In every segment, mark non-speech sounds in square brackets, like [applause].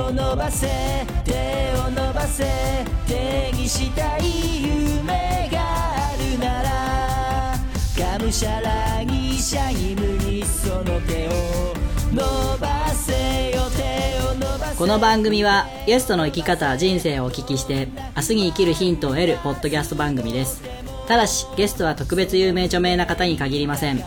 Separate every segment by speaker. Speaker 1: を伸ばせ手を伸ばせ手にしたい夢があるならがむしゃらにシャイムにその手を伸ばせよ手を伸ばせ
Speaker 2: この番組はゲストの生き方人生をお聞きして明日に生きるヒントを得るポッドキャスト番組ですただしゲストは特別有名著名な方に限りません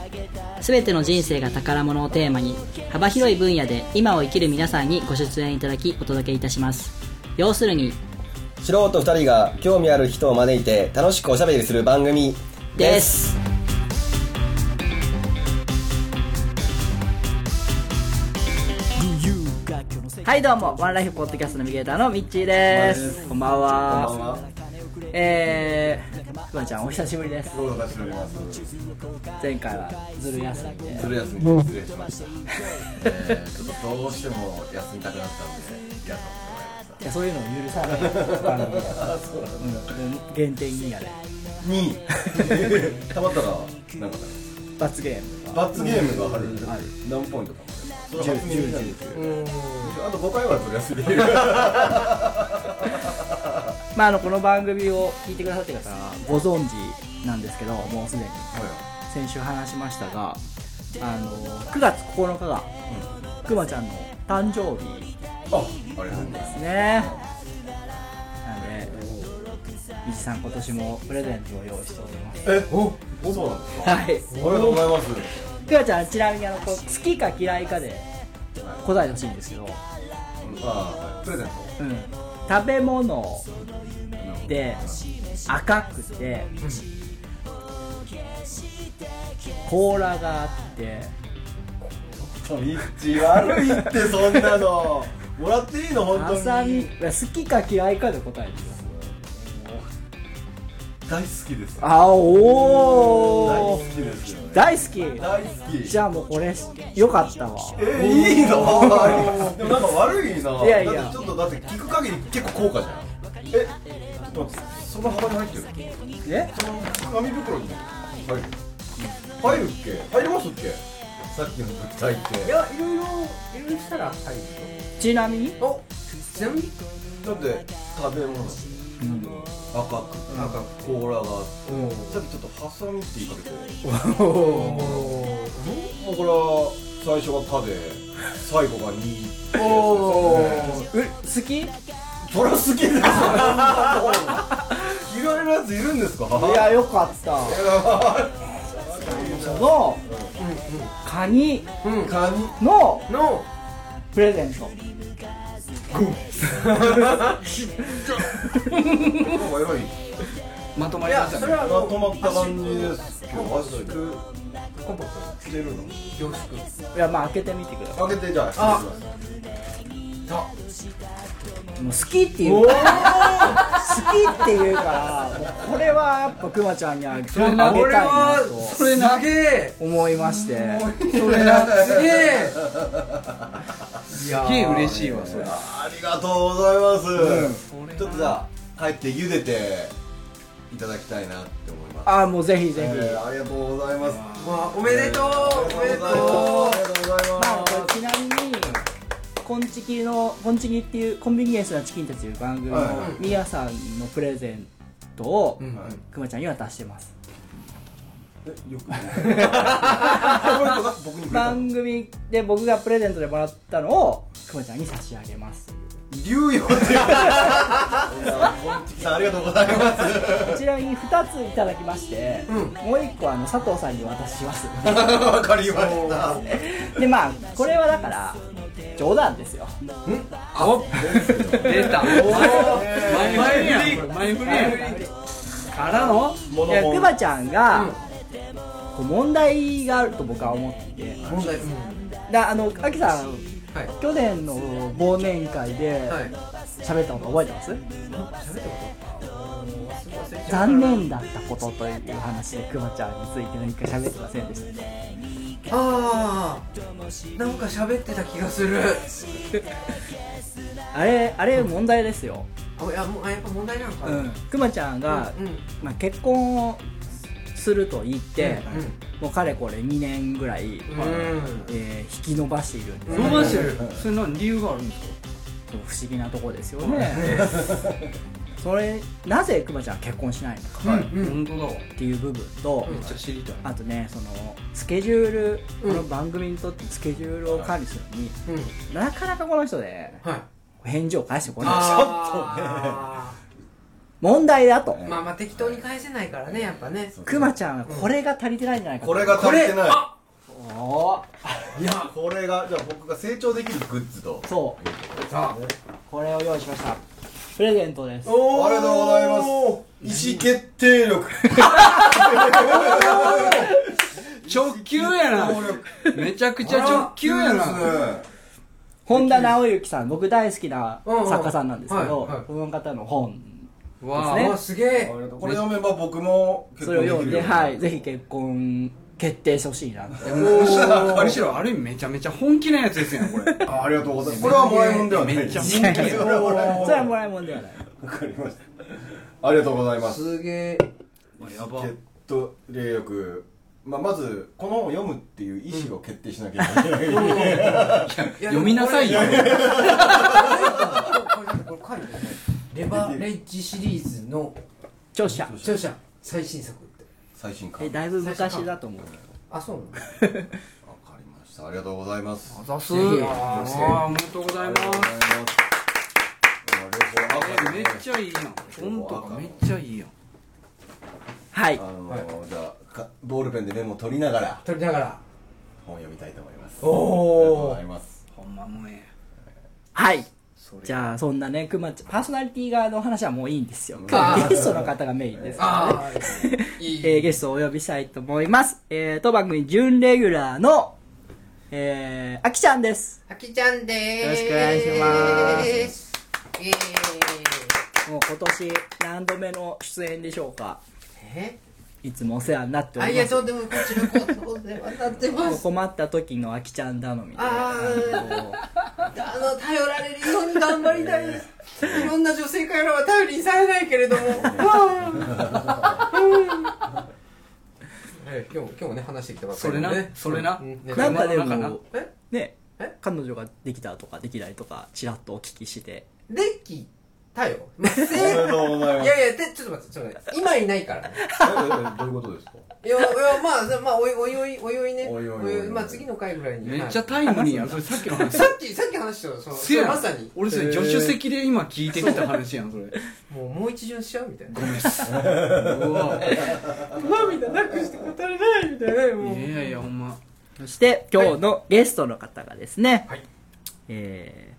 Speaker 2: 全ての人生が宝物をテーマに幅広い分野で今を生きる皆さんにご出演いただきお届けいたします要するに
Speaker 3: 素人2人が興味ある人を招いて楽しくおしゃべりする番組
Speaker 2: ですはいどうもワンライフポッドキャストナビゲーターのミッチーですこんばんは
Speaker 3: こんばんは
Speaker 2: えーふわちゃんお久しぶりです
Speaker 4: ご無沙汰しております。
Speaker 2: 前回はずる休みで
Speaker 4: それ休み失礼しました。えー、ちょっとどうしても休みたくなったんで、やっ
Speaker 2: いやそういうのを許さない番組だからうん限定にやで
Speaker 4: と思ってもらいました。2位。たまったら、なんか
Speaker 2: 罰ゲーム
Speaker 4: った罰ゲームがある。何ポイントかもあれば。それ初耳なんですよ。あと5回はずる休み。
Speaker 2: まああのこの番組を聞いてくださってる方はご存知なんですけどもうすでに先週話しましたがあの9月9日がくまちゃんの誕生日
Speaker 4: あ、ありがとうござい
Speaker 2: で
Speaker 4: ます
Speaker 2: ねなのでみちさん今年もプレゼントを用意しております
Speaker 4: す。え、お、お、そうなんですか。
Speaker 2: はい
Speaker 4: ありがとうございます。
Speaker 2: くまちゃんちなみにあのこう好きか嫌いかで答えてほしいんですけど
Speaker 4: あー、プレゼン
Speaker 2: うん、食べ物
Speaker 4: ト。
Speaker 2: で赤くて甲羅があって
Speaker 4: ミッチ悪いって、そんなの。もらっていいの、本
Speaker 2: ハ
Speaker 4: 当
Speaker 2: サ
Speaker 4: に
Speaker 2: ミ。好きか嫌いかで答えてください
Speaker 4: 大好きです。
Speaker 2: あ
Speaker 4: 大
Speaker 2: お
Speaker 4: 好きですよね。
Speaker 2: 大好き
Speaker 4: 大好き。
Speaker 2: じゃあもうこれよかったわ
Speaker 4: えー、いいのでもなんか悪いない
Speaker 2: やいや
Speaker 4: だってちょっとだって聞く限り結構高価じゃんえちょっと待ってその幅に入ってる
Speaker 2: え
Speaker 4: その紙袋に入る入るっけ入りますっけさっきの物体って
Speaker 5: いや、いろいろ、いろいろしたら、はい。
Speaker 2: ちなみに
Speaker 5: お、ちなみに、
Speaker 4: だって食べ物赤くなんか甲羅があって
Speaker 5: うん、
Speaker 4: さっきちょっとハサミって言いかけて
Speaker 5: お
Speaker 4: もうこれは最初が「か」で最後が「に」ってやつですよ
Speaker 5: お
Speaker 4: ね
Speaker 2: う好きい
Speaker 4: そりゃ好きですよ嫌いなやついるんですか
Speaker 2: やよかったそのカニ
Speaker 5: うん、
Speaker 4: カニ
Speaker 2: の
Speaker 5: の、
Speaker 2: プレゼント
Speaker 4: なんかえらい
Speaker 6: まとま
Speaker 5: い
Speaker 6: りま
Speaker 5: や、
Speaker 6: した
Speaker 5: そ
Speaker 6: ね
Speaker 5: れは
Speaker 4: ま
Speaker 5: もう、
Speaker 4: とまった感じですけど圧縮
Speaker 5: コンパク
Speaker 4: してるの
Speaker 5: ト、凝縮。
Speaker 2: いやまあ開けてみてくださ
Speaker 4: 開けてじゃあ
Speaker 5: あ
Speaker 4: 失礼します
Speaker 2: いもう好きっていう好きっていうからもうこれはやっぱくまちゃんにあげたいな
Speaker 5: 俺は、そ
Speaker 2: と
Speaker 5: れ投げ、
Speaker 2: 思いまして
Speaker 5: それな、すげえ。いや
Speaker 6: すげえ嬉しいわそれ
Speaker 4: ありがとうございます、ちょっとじゃあ帰って茹でていただきたいなって思います
Speaker 2: ああもうぜひぜ
Speaker 4: え
Speaker 2: ひ、
Speaker 4: ーありがとうございます
Speaker 5: おめでとう、おめでとう。
Speaker 4: ありがとうございます
Speaker 2: まあ、これちなみに「こんちきのこんちきっていうコンビニエンスなチキンたち」という番組の
Speaker 4: はいはい
Speaker 2: みやさんのプレゼントを
Speaker 5: うん
Speaker 2: くまちゃんに渡してます
Speaker 4: えよくあ僕にくれたの
Speaker 2: 番組で僕がプレゼントでもらったのをくまちゃんに差し上げます
Speaker 4: 流用っていういやこんちきさんありがとうございます
Speaker 2: ちなみに2ついただきまして、もう1個あの佐藤さんにお渡しします [laughs]
Speaker 4: わかりました。
Speaker 2: でまあこれはだから冗談ですよ
Speaker 6: 出た前振り前振り前振り
Speaker 2: からの
Speaker 4: 物
Speaker 2: い
Speaker 4: もん
Speaker 2: やくまちゃんが、こう問題があると僕は思っていて
Speaker 5: 問題、うん、
Speaker 2: だあのあきさん
Speaker 5: はい。
Speaker 2: 去年の忘年会で
Speaker 5: はい。
Speaker 2: 喋ったこと覚えてます、
Speaker 5: 喋ったこと。忘れちゃった
Speaker 2: 残。念だったことという話でくまちゃんについて何か喋ってませんでしたね
Speaker 5: ああ。なんか喋ってた気がする。
Speaker 2: あれあれ問題ですよ、
Speaker 5: あ、いや、もう、あ、やっぱ問題なのかな。
Speaker 2: くまちゃんが、
Speaker 5: うん。
Speaker 2: まあ、結婚をすると言って、もうかれこれ2年ぐらい、
Speaker 5: うん。うん。
Speaker 2: えー引き延ばしているんです
Speaker 5: 伸ばしてる。
Speaker 6: それ何理由があるんですか
Speaker 2: そう不思議なとこですよね [laughs] それなぜクマちゃんは結婚しないのか
Speaker 7: 本当だわ
Speaker 2: っていう部分と、
Speaker 7: めっちゃ知りたい
Speaker 2: あとねそのスケジュール、この番組にとってスケジュールを管理するのに、なかなかこの人で
Speaker 7: はい
Speaker 2: 返事を返してこない
Speaker 5: あ
Speaker 2: 問題だと
Speaker 5: ーまあまあ適当に返せないからねやっぱね
Speaker 2: クマちゃんはこれが足りてないんじゃないかと
Speaker 4: これが足りてない
Speaker 2: おー
Speaker 4: いやこれがじゃあ僕が成長できるグッズと
Speaker 2: そうこれを用意しましたプレゼントです
Speaker 4: ありがとうございます意思決定力
Speaker 7: 直球やなめちゃくちゃ直球やな
Speaker 2: 本田直之さん僕大好きな
Speaker 5: うんうん
Speaker 2: 作家さんなんですけど、
Speaker 5: はいはい
Speaker 2: この方の本
Speaker 7: わ
Speaker 2: ね
Speaker 5: あすげえ
Speaker 4: これ読めば僕も結
Speaker 2: そ
Speaker 4: 婚
Speaker 2: れを読ん
Speaker 4: できる
Speaker 2: で、はい、ぜひ結婚決定してほしいなって
Speaker 7: あむしろある意味めちゃめちゃ本気なやつですよねこれ
Speaker 4: あありがとうございますこれはもらいもんではない
Speaker 7: めっちゃ本
Speaker 4: そ
Speaker 7: 気
Speaker 4: れ
Speaker 7: や
Speaker 4: はもらいもん
Speaker 2: それはもらいもんではない
Speaker 4: わかりましたありがとうございます
Speaker 5: すげえ
Speaker 7: やば
Speaker 4: 決定力まあ、まずこの本を読むっていう意思を決定しなきゃいけない、
Speaker 7: 読みなさいよ
Speaker 5: これこれ書いてないレバレッジシリーズの
Speaker 2: 著者
Speaker 5: 著者最新作って
Speaker 4: 最新刊
Speaker 2: え
Speaker 4: わか
Speaker 2: だいぶ昔だと思う
Speaker 5: あそうなの
Speaker 4: りましたありがとうございます
Speaker 7: ざすあーおめでとうございますえめっちゃいいやん本とかめっちゃいいやん
Speaker 2: はい
Speaker 4: あのーじゃあかボールペンでメモ取りながら
Speaker 5: 撮りながら
Speaker 4: 本を読みたいと思いますあり
Speaker 5: お
Speaker 4: がとうご
Speaker 5: お
Speaker 4: ざいます
Speaker 7: ほんまもうえ
Speaker 2: はいじゃあそんなねくまちゃんパーソナリティ側の話はもういいんですよ
Speaker 5: あー
Speaker 2: ゲストの方がメインです [laughs]
Speaker 5: ああいい
Speaker 2: えーゲストをお呼びしたいと思います。えー、当番組準レギュラーの、えー、あきちゃんです。
Speaker 5: あきちゃんでーす
Speaker 2: よろしくお願いします
Speaker 5: イエーイ
Speaker 2: もう今年何度目の出演でしょうか。
Speaker 5: え
Speaker 2: いつもお世話になってお
Speaker 5: あ
Speaker 2: り
Speaker 5: り
Speaker 2: ま
Speaker 5: が
Speaker 2: す。
Speaker 5: とうでもこちらこそお世話になってま
Speaker 2: もう
Speaker 5: す
Speaker 2: 困った時のあきちゃん頼みで。
Speaker 5: あーあの頼られるように頑張りたいですいろんな女性からは頼りにされないけれどもはい今日も今日もね話してきたばっ
Speaker 7: それなそれな
Speaker 5: うん
Speaker 7: 車
Speaker 2: なんかで
Speaker 7: の中な
Speaker 2: も、
Speaker 5: え
Speaker 2: ね
Speaker 5: え、
Speaker 2: 彼女ができたとかできないとか、ちらっとお聞きして。
Speaker 5: できたよ、まあ、せ
Speaker 4: [laughs] おめでとうございま
Speaker 5: い
Speaker 4: す
Speaker 5: やいやてちょっと待ってちょっと待って今いないからね
Speaker 4: ええどういうことですか
Speaker 5: いやいやまあまあおいおいおいおいおいね
Speaker 4: おいおいおいおい
Speaker 5: まあ次の回ぐらいに
Speaker 7: めっちゃ
Speaker 5: はい
Speaker 7: タイムリーやんそれさっきの話
Speaker 5: さっきさっき話したよそのそ
Speaker 7: せ
Speaker 5: れ
Speaker 7: や
Speaker 5: まさに
Speaker 7: 俺それ助手席で今聞いてきた話やんそれ
Speaker 5: もうもう一巡しちゃうみたいな
Speaker 7: ごめんっすう
Speaker 5: ま
Speaker 7: わ
Speaker 5: みんななくして語れないみたいなもう
Speaker 7: いやいやほんま
Speaker 2: そして、今日のゲストの方がですね、
Speaker 7: はい
Speaker 2: え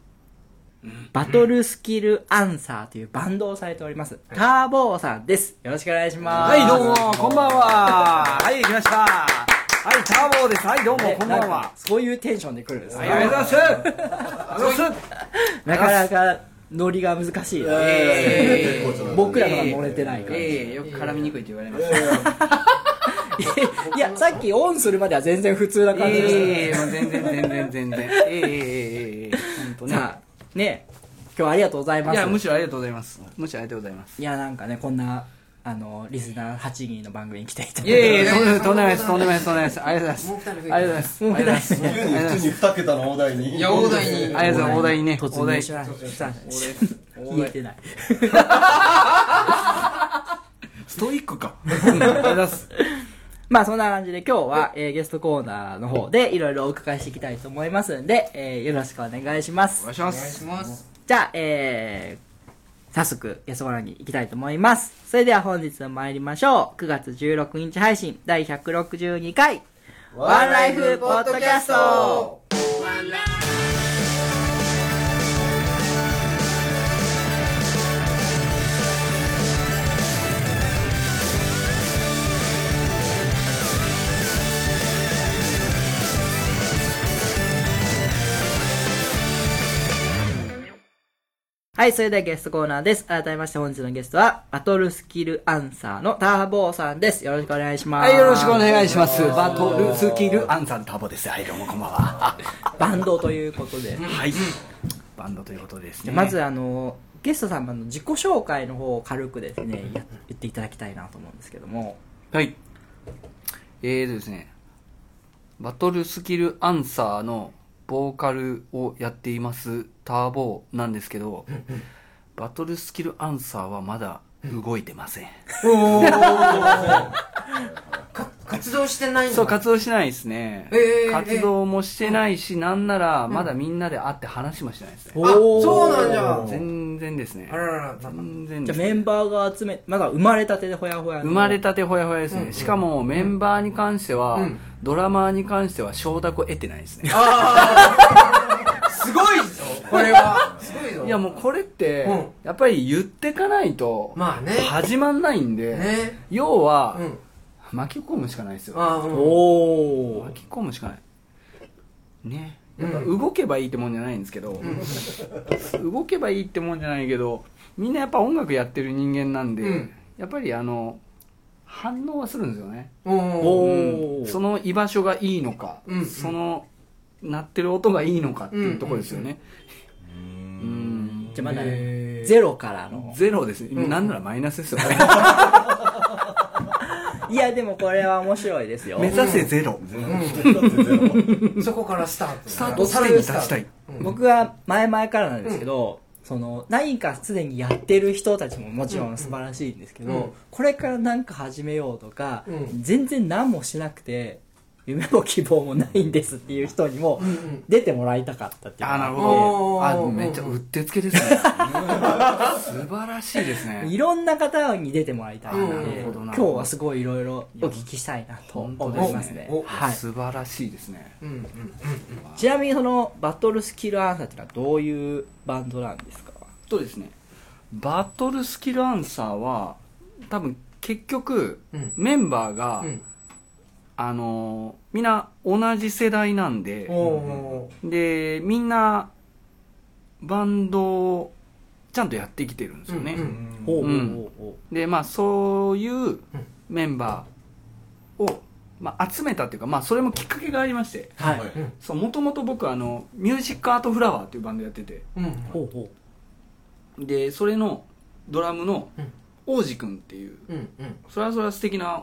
Speaker 2: ー、バトルスキルアンサーというバンドをされております、ターボーさんです。よろしくお願いします。
Speaker 7: はいどうもこんばんははい来ましたはいターボーですはいどうもこんば
Speaker 2: な
Speaker 7: ん
Speaker 2: んか
Speaker 7: は
Speaker 2: そういうテンションで来るんです
Speaker 7: はいあり
Speaker 2: ね。
Speaker 7: がとうございますありがとうございます
Speaker 2: なかなかノリが難しい。
Speaker 7: えー
Speaker 4: 絶好調だね
Speaker 2: 僕らのが漏れてないから。い
Speaker 7: ええよく絡みにくいって言われまし
Speaker 4: え
Speaker 7: た
Speaker 2: や、さっきオンするまでは全然普通な感じでし
Speaker 7: ええもう全然全然全然ええええええええ本当
Speaker 2: た。
Speaker 7: ね
Speaker 2: さあ、ね、今日はありがとうございま
Speaker 7: い
Speaker 2: す。
Speaker 7: やむしろありがとうございますむしろありがとうございます
Speaker 2: いやなんかね、こんな、あの、リスナー8人の番組に来ていただい
Speaker 7: いえいえ
Speaker 2: て。
Speaker 7: とんでもないとんでもないですとんでもないですとんでもないですありがとうございます
Speaker 5: もう二人増えて
Speaker 7: ありがとうございますありがとうございます
Speaker 4: 急に普通に2桁の大台に
Speaker 5: いや大台に
Speaker 7: ありがとうございます大台にね
Speaker 2: 突
Speaker 7: 大
Speaker 2: 入
Speaker 7: 台
Speaker 2: しま [laughs] した。言えてない。
Speaker 7: ストイックかありがとうございます
Speaker 2: まあそんな感じで今日は、えーゲストコーナーの方でいろいろお伺いしていきたいと思いますんで、えーよろしくお願いしま
Speaker 7: お
Speaker 2: す
Speaker 7: 願い。しま
Speaker 5: お願い
Speaker 7: す
Speaker 5: します
Speaker 2: じゃあ、えー、早速、ゲストコーナーに行きたいと思います。それでは本日も参りましょう。9月16日配信、第162回、ワンライフポッドキャストはい、それではゲストコーナーです。改めまして本日のゲストは、バトルスキルアンサーのターボーさんです。よろしくお願いします。
Speaker 7: はいよろしくお願いしますバトルスキルアンさんタボですはいどうもこんばんは
Speaker 2: バンドということで。
Speaker 7: はいバンドということです
Speaker 2: で
Speaker 7: ね
Speaker 2: まずあのゲスト様の自己紹介の方を軽くですねや言っていただきたいなと思うんですけども
Speaker 7: はい。えーとですね、バトルスキルアンサーのボーカルをやっていますターボーなんですけ [laughs] どバトルスキルアンサーはまだ動いてません
Speaker 5: 活動してないんだ
Speaker 7: そう活動しないですね、
Speaker 5: えー
Speaker 7: 活動もしてないし、なんならまだみんなで会って話もしてないですね、
Speaker 5: あそうなんじゃ
Speaker 7: 全然ですね
Speaker 5: あららら
Speaker 7: 全然
Speaker 2: じ
Speaker 7: で
Speaker 2: ゃあ
Speaker 7: す
Speaker 2: メンバーが集めまだ生まれたてでほやほや
Speaker 7: 生まれ
Speaker 2: た
Speaker 7: たてほやほやですね、しかもメンバーに関しては、ドラマーに関しては承諾を得てないですね
Speaker 5: すごいぞこれはすごいぞ
Speaker 7: いやもうこれって、
Speaker 5: うん
Speaker 7: やっぱり言ってかないと、
Speaker 5: まあね
Speaker 7: 始まんないんで、
Speaker 5: ね
Speaker 7: 要は、
Speaker 5: うん
Speaker 7: 巻き込むしかないですよ
Speaker 5: あーうん
Speaker 2: おお
Speaker 7: 巻き込むしかないねやっぱ動けばいいってもんじゃないんですけど、動けばいいってもんじゃないけどみんなやっぱ音楽やってる人間なんで、
Speaker 5: うん
Speaker 7: やっぱりあの反応はするんですよね
Speaker 5: おー
Speaker 7: うんその居場所がいいのか、
Speaker 5: うんうん
Speaker 7: その鳴ってる音がいいのかっていうところですよね、うん
Speaker 2: じゃあまだねゼロからの
Speaker 7: ゼロですね、なんならマイナスですよ
Speaker 5: [laughs]
Speaker 7: ね
Speaker 2: いやでもこれは面白いですよ
Speaker 7: 目指せゼロ、
Speaker 5: そこからスタートス
Speaker 7: スタート地点に立ちたい
Speaker 2: 僕は前々からなんですけど、その何かすでにやってる人たちももちろん素晴らしいんですけど、
Speaker 5: うん
Speaker 2: これから何か始めようとか、
Speaker 5: うん
Speaker 2: 全然何もしなくて夢も希望もないんですっていう人にも
Speaker 5: ん
Speaker 2: 出てもらいたかったっていう
Speaker 7: あ
Speaker 2: のが
Speaker 7: ーなるほ
Speaker 5: お
Speaker 7: ど
Speaker 5: ー
Speaker 7: あめっちゃうってつけですね [laughs] 素晴らしいです
Speaker 2: い
Speaker 7: ね
Speaker 2: ろんな方に出てもらいたいの
Speaker 5: う
Speaker 2: で、
Speaker 5: ん
Speaker 7: なるほど
Speaker 2: 今
Speaker 7: なる
Speaker 2: 日
Speaker 7: ほど
Speaker 2: はすごいいろいろお聞きしたいなと
Speaker 7: 本
Speaker 2: 思
Speaker 7: 当
Speaker 2: い
Speaker 7: で
Speaker 2: ます
Speaker 7: すね
Speaker 2: ね。はい、
Speaker 7: 素晴らしいですね
Speaker 5: うんうん
Speaker 2: ちなみにそのバトルスキルアンサーってのはどういうバンドなんですか
Speaker 7: とですねバトルスキルアンサーは多分結局、
Speaker 5: うん
Speaker 7: メンバーが、
Speaker 5: うん
Speaker 7: あのーみんな同じ世代なんで、
Speaker 5: おー
Speaker 7: でみんなバンドをちゃんとやってきてるんですよね、
Speaker 5: うん
Speaker 2: ほうほうほうほ
Speaker 7: でまあそういうメンバーを、まあ、集めたっていうか、まあ、それもきっかけがありまして
Speaker 2: うはい
Speaker 4: はい
Speaker 7: そうもともと僕あのミュージックアートフラワーっていうバンドやってて
Speaker 5: うん
Speaker 2: ほうほう
Speaker 7: でそれのドラムの
Speaker 5: うん
Speaker 7: 王子くんっていう
Speaker 5: うんうん
Speaker 7: それはそれは素敵な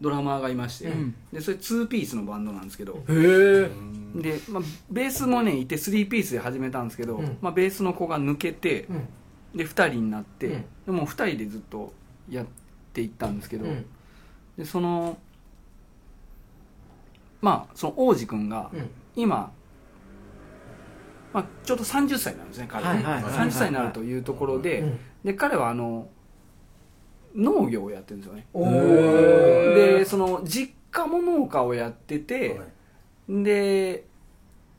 Speaker 7: ドラマーがいまして、
Speaker 5: うん
Speaker 7: でそれ2ピースのバンドなんですけど、
Speaker 2: へえ
Speaker 7: で、まあ、ベースもねいて3ピースで始めたんですけど、
Speaker 5: うん
Speaker 7: まあ、ベースの子が抜けて、
Speaker 5: うん
Speaker 7: で2人になって、
Speaker 5: うん
Speaker 7: でもう2人でずっとやっていったんですけど、
Speaker 5: うん
Speaker 7: でそのまあその王子くんが
Speaker 5: うん
Speaker 7: 今、まあ、ちょうど30歳なんですね彼は
Speaker 5: はいはいはいはい
Speaker 7: 30歳になるというところで、
Speaker 5: うん
Speaker 7: で彼はあの農業をやってるんですよね
Speaker 5: おー
Speaker 7: でその実家も農家をやってて、で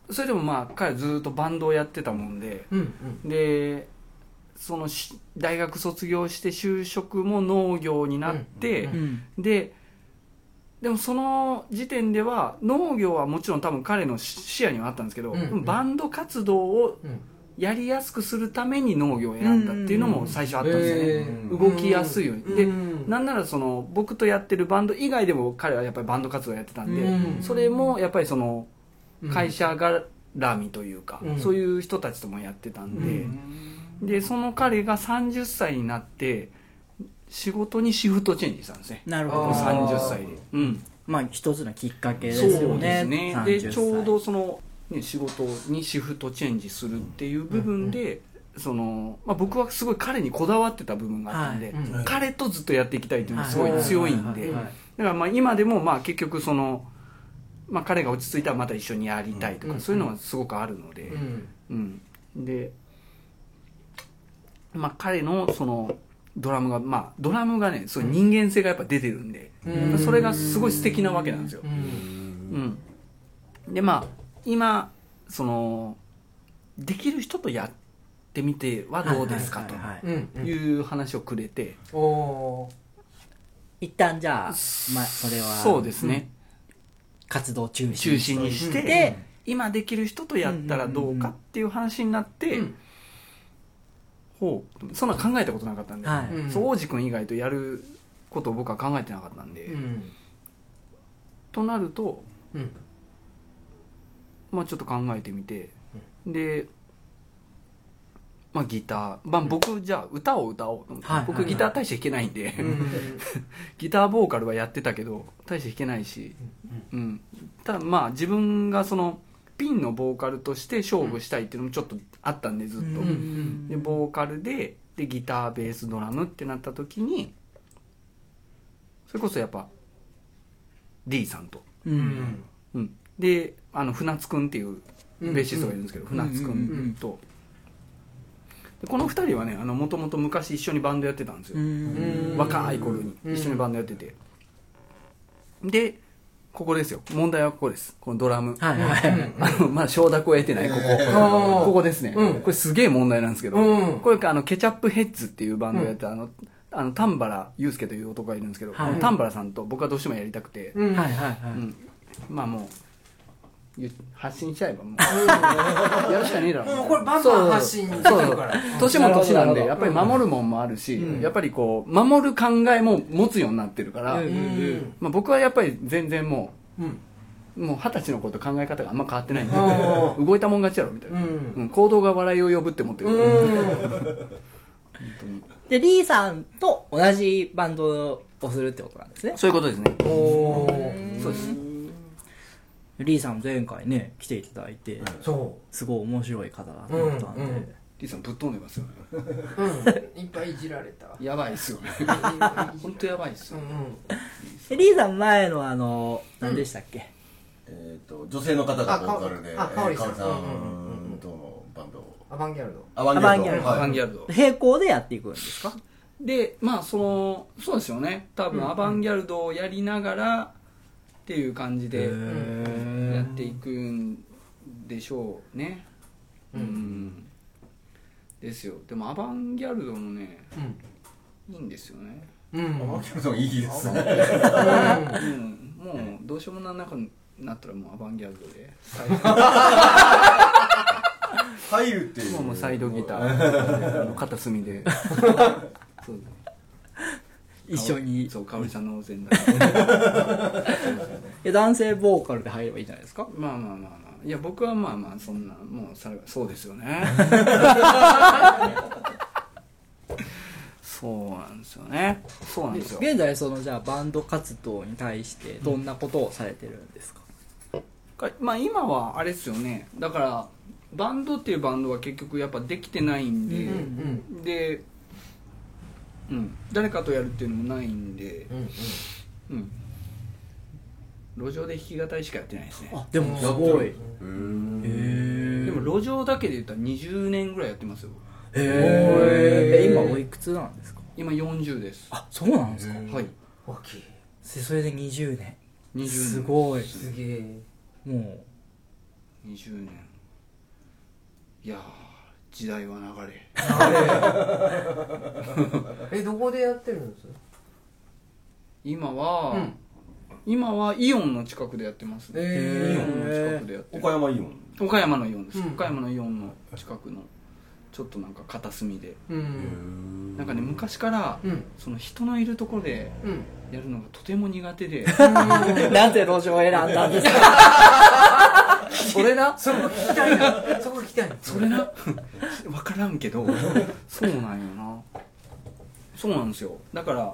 Speaker 7: それでもまあ彼はずっとバンドをやってたもんで、
Speaker 5: うんうん
Speaker 7: でそのし大学卒業して就職も農業になって、ででもその時点では農業はもちろん多分彼の視野にはあったんですけど、
Speaker 5: うんうん
Speaker 7: でもバンド活動を
Speaker 5: うん
Speaker 7: やりやすくするために農業を選んだっていうのも最初あったんですよね、
Speaker 4: うん
Speaker 7: 動きやすいように、
Speaker 5: うん
Speaker 7: で
Speaker 5: うん
Speaker 7: なんならその僕とやってるバンド以外でも彼はやっぱりバンド活動やってたんで、
Speaker 5: うん
Speaker 7: それもやっぱりその
Speaker 5: うん
Speaker 7: 会社絡みというか、
Speaker 5: うん
Speaker 7: そういう人たちともやってたんで、でその彼が30歳になって仕事にシフトチェンジしたんですね
Speaker 2: なるほど
Speaker 5: あー
Speaker 7: 30歳で、うん、
Speaker 2: まあ一つのきっかけで
Speaker 7: そ
Speaker 2: す
Speaker 7: う
Speaker 2: よ
Speaker 7: で
Speaker 2: ね
Speaker 7: すね
Speaker 2: 30
Speaker 7: で
Speaker 2: 歳
Speaker 7: ちょうどその、ね、仕事にシフトチェンジするっていう部分で、そのまあ、僕はすごい彼にこだわってた部分があったんで、
Speaker 2: はい
Speaker 5: うん
Speaker 7: 彼とずっとやっていきたいというのがすごい強いんで、
Speaker 5: はいはいはいはい
Speaker 7: だからまあ今でもまあ結局その、まあ、彼が落ち着いたらまた一緒にやりたいとか、
Speaker 5: うん
Speaker 7: そういうのはすごくあるので、
Speaker 5: うん
Speaker 7: うん、で、まあ、彼のそのドラムが、まあ、ドラムがねそういう人間性がやっぱ出てるんで、
Speaker 5: うん
Speaker 7: それがすごい素敵なわけなんですよ、うんでまあ今そのできる人とやってみてはどうですか
Speaker 2: はいはい
Speaker 7: と
Speaker 5: うんうん
Speaker 7: いう話をくれて、
Speaker 5: おー
Speaker 2: 一旦じゃあ、まあ、それは
Speaker 7: そうですね、
Speaker 2: 活動中
Speaker 7: 中
Speaker 2: 心
Speaker 7: 心にして、
Speaker 2: で
Speaker 7: 今できる人とやったらどうかっていう話になって、
Speaker 5: うん
Speaker 7: ほうそんな考えたことなかったんで、
Speaker 2: はい
Speaker 5: うん
Speaker 7: そう王子君以外とやることを僕は考えてなかったんで、
Speaker 5: うん
Speaker 7: となると、
Speaker 5: うん
Speaker 7: まあ、ちょっと考えてみてで、まあ、ギター、まあ、僕じゃあ歌を歌おうと思って、
Speaker 2: はい
Speaker 7: 僕ギター大して弾けないんで、
Speaker 5: うん
Speaker 7: ギターボーカルはやってたけど大して弾けないし、うんただまあ自分がそのピンのボーカルとして勝負したいっていうのもちょっとあったんでずっと、でボーカルででギターベースドラムってなった時にそれこそやっぱ D さんと、
Speaker 5: うん
Speaker 7: うん、であの船津くんっていうベーシストがいるんですけど、船津くんと、でこの2人はねもともと昔一緒にバンドやってたんですよ、
Speaker 5: うん
Speaker 7: 若い頃に一緒にバンドやってて、でここですよ問題はここですこのドラム、
Speaker 2: はいはい。
Speaker 7: あのまだ承諾を得てないここここですね、
Speaker 5: うん
Speaker 7: これすげえ問題なんですけど、
Speaker 5: うん
Speaker 7: これあのケチャップヘッズっていうバンドをやってた、あのあの丹原祐介という男がいるんですけど、
Speaker 2: はい
Speaker 7: 丹原さんと僕はどうしてもやりたくて、
Speaker 5: うん
Speaker 2: はいはいはい。
Speaker 7: まあもう言う発信しちゃえばもうやるしかねえだろ
Speaker 5: もうこれバンバン発信してるから
Speaker 7: 年も年なんでやっぱり守るもんもあるし、やっぱりこう守る考えも持つようになってるから、
Speaker 5: うん
Speaker 7: まあ、僕はやっぱり全然もう、
Speaker 5: うん
Speaker 7: もう二十歳の子と考え方があんま変わってないんで
Speaker 5: う
Speaker 7: 動いたもん勝ちやろみたいな、
Speaker 5: うん
Speaker 7: うん行動が笑いを呼ぶって思ってる、
Speaker 2: で、リーさんと同じバンドをするってことなんですね。
Speaker 7: そういうことですね
Speaker 2: おーそうです。リーさんも前回ね、来ていただいて、
Speaker 5: そ
Speaker 2: すごい面白い方だと思ったんで、
Speaker 5: うんうん
Speaker 7: リーさんぶっ飛んでますよね
Speaker 5: ううんいっぱいいじられた
Speaker 7: やばいっすよね [laughs] 本当やばいっす
Speaker 5: う
Speaker 7: よ、
Speaker 5: ん
Speaker 2: でリーさん前のあの、何でしたっけ、
Speaker 4: えっと女性の方がボーカルで
Speaker 5: あかおあかおりさん
Speaker 4: えーかおり
Speaker 5: うんうんうんうん
Speaker 4: さんとのバンドを
Speaker 5: アバンギャルド
Speaker 4: ア
Speaker 2: バンギャルド
Speaker 4: はい
Speaker 7: アンギャルド
Speaker 2: 並行でやっていくんですか
Speaker 7: でまあそのそうですよね多分アバンギャルドをやりながらっていう感じでやっていくんでしょうねうん、ですよでもアバンギャルドもね、いいんですよね、
Speaker 5: うん
Speaker 4: アバンギャルドもいいですね
Speaker 7: うん、もうどうしようもなんなくなったらもうアバンギャルドでサイ
Speaker 4: 入るってい
Speaker 7: ド
Speaker 4: う
Speaker 7: もうもうサイドギターあ [laughs] の片隅でそう
Speaker 2: 一緒に。
Speaker 7: そう香織さんのお膳立て
Speaker 2: いや男性ボーカルで入ればいいじゃないですか
Speaker 7: まあまあまあまあいや僕はまあまあそんなもうさそうですよ [laughs] ねそうなんですよねそうなんですよ
Speaker 2: 現在そのじゃあバンド活動に対してどんなことをされてるんですか、
Speaker 7: かまあ今はあれですよねだからバンドっていうバンドは結局やっぱできてないんで、
Speaker 5: うん
Speaker 7: で、うん、誰かとやるっていうのもないんで
Speaker 5: うん
Speaker 7: うん路上で弾き語りしかやってないですね
Speaker 2: あでもすごいへ
Speaker 7: でも路上だけで言ったら20年ぐらいやってますよ
Speaker 2: え今おいくつなんですか
Speaker 7: 今40です
Speaker 2: あそうなんですか
Speaker 7: はい
Speaker 5: 大きい
Speaker 2: それで20年
Speaker 7: 20年
Speaker 2: すごい
Speaker 5: すげえ
Speaker 2: も
Speaker 7: 20年いやー時代は流れ
Speaker 5: えどこでやってるんです
Speaker 7: 今は、今はイオンの近くでやってますね、イオンの近くでやってる
Speaker 4: 岡山イオン
Speaker 7: 岡山のイオンです、
Speaker 5: うん
Speaker 7: 岡山のイオンの近くのちょっとなんか片隅で
Speaker 5: うん
Speaker 7: なんかね昔から、
Speaker 5: うん
Speaker 7: その人のいるところで
Speaker 5: うん
Speaker 7: やるのがとても苦手で
Speaker 2: う [laughs] なんて路上を選んだんですか
Speaker 7: それな
Speaker 5: そこ聞きたいなそこ聞きたいな
Speaker 7: それな分からんけどそうなんよなそうなんですよだから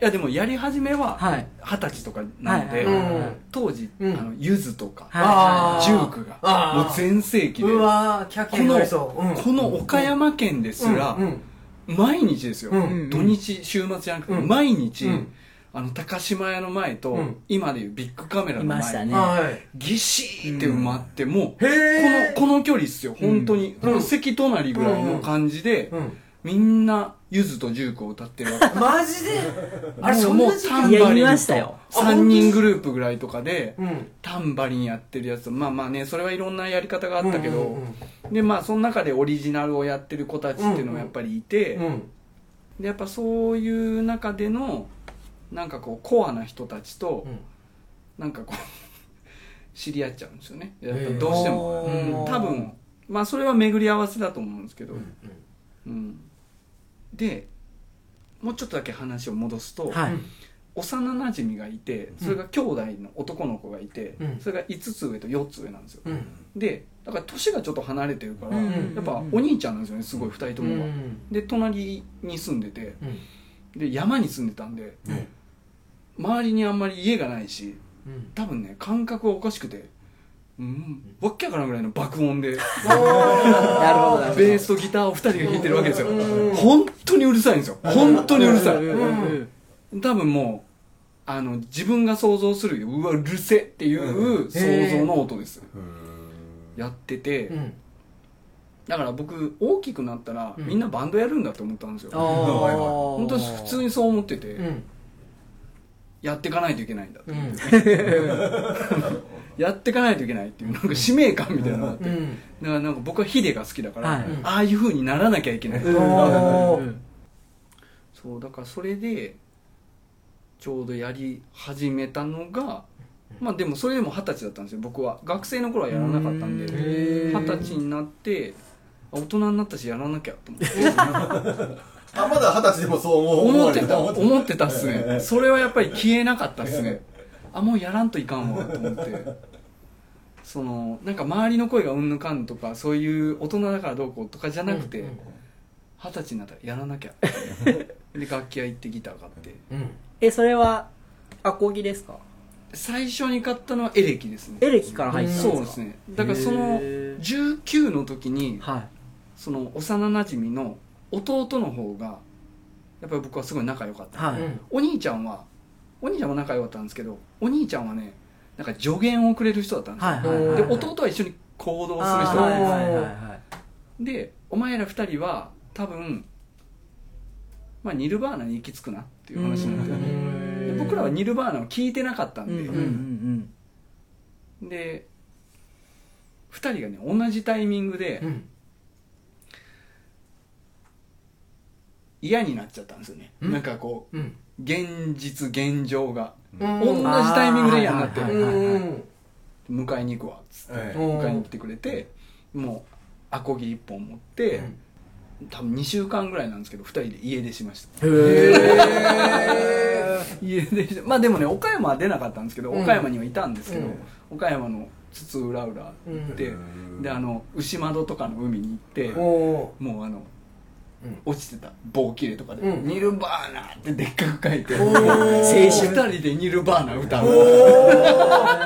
Speaker 7: いやでもやり始め
Speaker 2: [laughs]
Speaker 7: は
Speaker 2: はい
Speaker 7: 二十歳とかなので、
Speaker 5: はいはいはい
Speaker 7: 当時、
Speaker 5: うん
Speaker 7: あのゆずとか、
Speaker 5: あー
Speaker 7: ジュークが
Speaker 5: あー
Speaker 7: もう全盛期で
Speaker 5: う
Speaker 7: こ
Speaker 5: わーキャーキャー言われ
Speaker 7: の
Speaker 5: そう、うん、
Speaker 7: この岡山県ですら、
Speaker 5: うんうん
Speaker 7: 毎日ですよ、
Speaker 5: うん
Speaker 7: 土日週末じゃなくて、
Speaker 5: うん
Speaker 7: 毎日、
Speaker 5: うん
Speaker 7: あの高島屋の前と、
Speaker 5: うん
Speaker 7: 今でいうビッグカメラ
Speaker 2: い
Speaker 7: の
Speaker 2: ました
Speaker 7: 前に、
Speaker 2: ね
Speaker 5: はい
Speaker 7: ぎしーって埋まって、もうこ
Speaker 5: へー
Speaker 7: のこの距離っすよ本当に、この席隣ぐらいの感じで、
Speaker 5: うん
Speaker 7: みんなゆずとジュークを歌ってるわけ
Speaker 5: マジで [laughs] あれそん
Speaker 7: もう
Speaker 5: な時
Speaker 7: タ
Speaker 5: 間
Speaker 7: ン
Speaker 2: いや
Speaker 7: バ
Speaker 2: い
Speaker 7: リン
Speaker 2: ましたよ
Speaker 7: と3人グループぐらいとかで、
Speaker 5: うん
Speaker 7: タンバリンやってるやつまあまあねそれはいろんなやり方があったけど、
Speaker 5: うんうん
Speaker 7: でまあその中でオリジナルをやってる子たちっていうのもやっぱりいて、
Speaker 5: うん
Speaker 7: でやっぱそういう中でのなんかこうコアな人たちと、
Speaker 5: うん
Speaker 7: なんかこう知り合っちゃうんです [laughs] よねやっぱどうしても、うん多分まあそれは巡り合わせだと思うんですけど、うんでもうちょっとだけ話を戻すと、
Speaker 2: はい
Speaker 7: 幼なじみがいてそれが兄弟の男の子がいて、
Speaker 5: うん
Speaker 7: それが5つ上と4つ上なんですよ、
Speaker 5: うん
Speaker 7: でだから年がちょっと離れてるから、
Speaker 5: うん
Speaker 7: やっぱお兄ちゃんなんですよねすごい2人ともが、
Speaker 5: うん
Speaker 7: で隣に住んでて
Speaker 5: うん
Speaker 7: で山に住んでたんで、
Speaker 4: ね
Speaker 7: 周りにあんまり家がないし
Speaker 5: うん
Speaker 7: 多分ね感覚がおかしくてうん、わっきゃからんぐらいの爆音で、
Speaker 2: なるほどなるほど
Speaker 7: ベースとギターを二人が弾いてるわけですよ。本当にうるさいんですよ。本当にうるさい。多分もう、あの、自分が想像する、うわ、うるせっていう想像の音です。やってて、
Speaker 5: ん
Speaker 7: だから僕、大きくなったら、みんなバンドやるんだと思ったんですよ。本
Speaker 5: 本
Speaker 7: 当に普通にそう思ってて、
Speaker 5: ん
Speaker 7: やっていかないといけないんだって、 [laughs] やっていかないといけないっていうなんか使命感みたいなのがあって、だからなんか僕はヒデが好きだから、ああいうふうにならなきゃいけない、そうだからそれでちょうどやり始めたのがまあでもそれでも二十歳だったんですよ僕は学生の頃はやらなかったんで二十歳になってあ大人になったしやらなきゃと [laughs] 思って
Speaker 4: あまだ二十歳でもそう思う
Speaker 7: 思ってた
Speaker 4: 思って
Speaker 7: 思ってたっすねそれはやっぱり消えなかったっすねあもうやらんといかんわと思ってそのなんか周りの声がうんぬかんとかそういう大人だからどうこうとかじゃなくて二十歳になったらやらなきゃで楽器屋行ってギター買って
Speaker 2: えそれはアコギですか
Speaker 7: 最初に買ったのはエレキですね
Speaker 2: エレキから入ったんです
Speaker 7: そ
Speaker 2: か
Speaker 7: うですねだからその
Speaker 2: へー
Speaker 7: 19の時に
Speaker 2: はい
Speaker 7: その幼なじみの弟の方がやっぱり僕はすごい仲良かった
Speaker 2: はい、
Speaker 7: お兄ちゃんはお兄ちゃんも仲良かったんですけどお兄ちゃんはねなんか助言をくれる人だったんですよ、
Speaker 2: はいはいはい
Speaker 7: で弟は一緒に行動する
Speaker 2: あ
Speaker 7: 人
Speaker 2: ー
Speaker 7: だっ
Speaker 2: は
Speaker 7: た
Speaker 2: い
Speaker 7: んです
Speaker 2: はいはいはい
Speaker 7: でお前ら二人は多分、まあ、ニルバーナに行き着くなっていう話になってで僕らはニルバーナを聞いてなかったんで、
Speaker 2: うんうん
Speaker 7: で二人がね同じタイミングで、嫌になっちゃったんですよね、なんかこう、現実現状が、同じタイミングで嫌になって、
Speaker 2: あーはいはいはいはい
Speaker 7: 迎えに行くわっつって、
Speaker 4: ええ
Speaker 7: 迎えに来てくれてもうアコギ一本持って、多分2週間ぐらいなんですけど2人で家出しました家出してまあでもね岡山は出なかったんですけど、岡山にはいたんですけど、岡山の津々浦々行って、であの牛窓とかの海に行って、もうあの、落ちてた棒切れとかで「ニルバーナ」ってでっかく書いて青春2人でニルバーナ歌う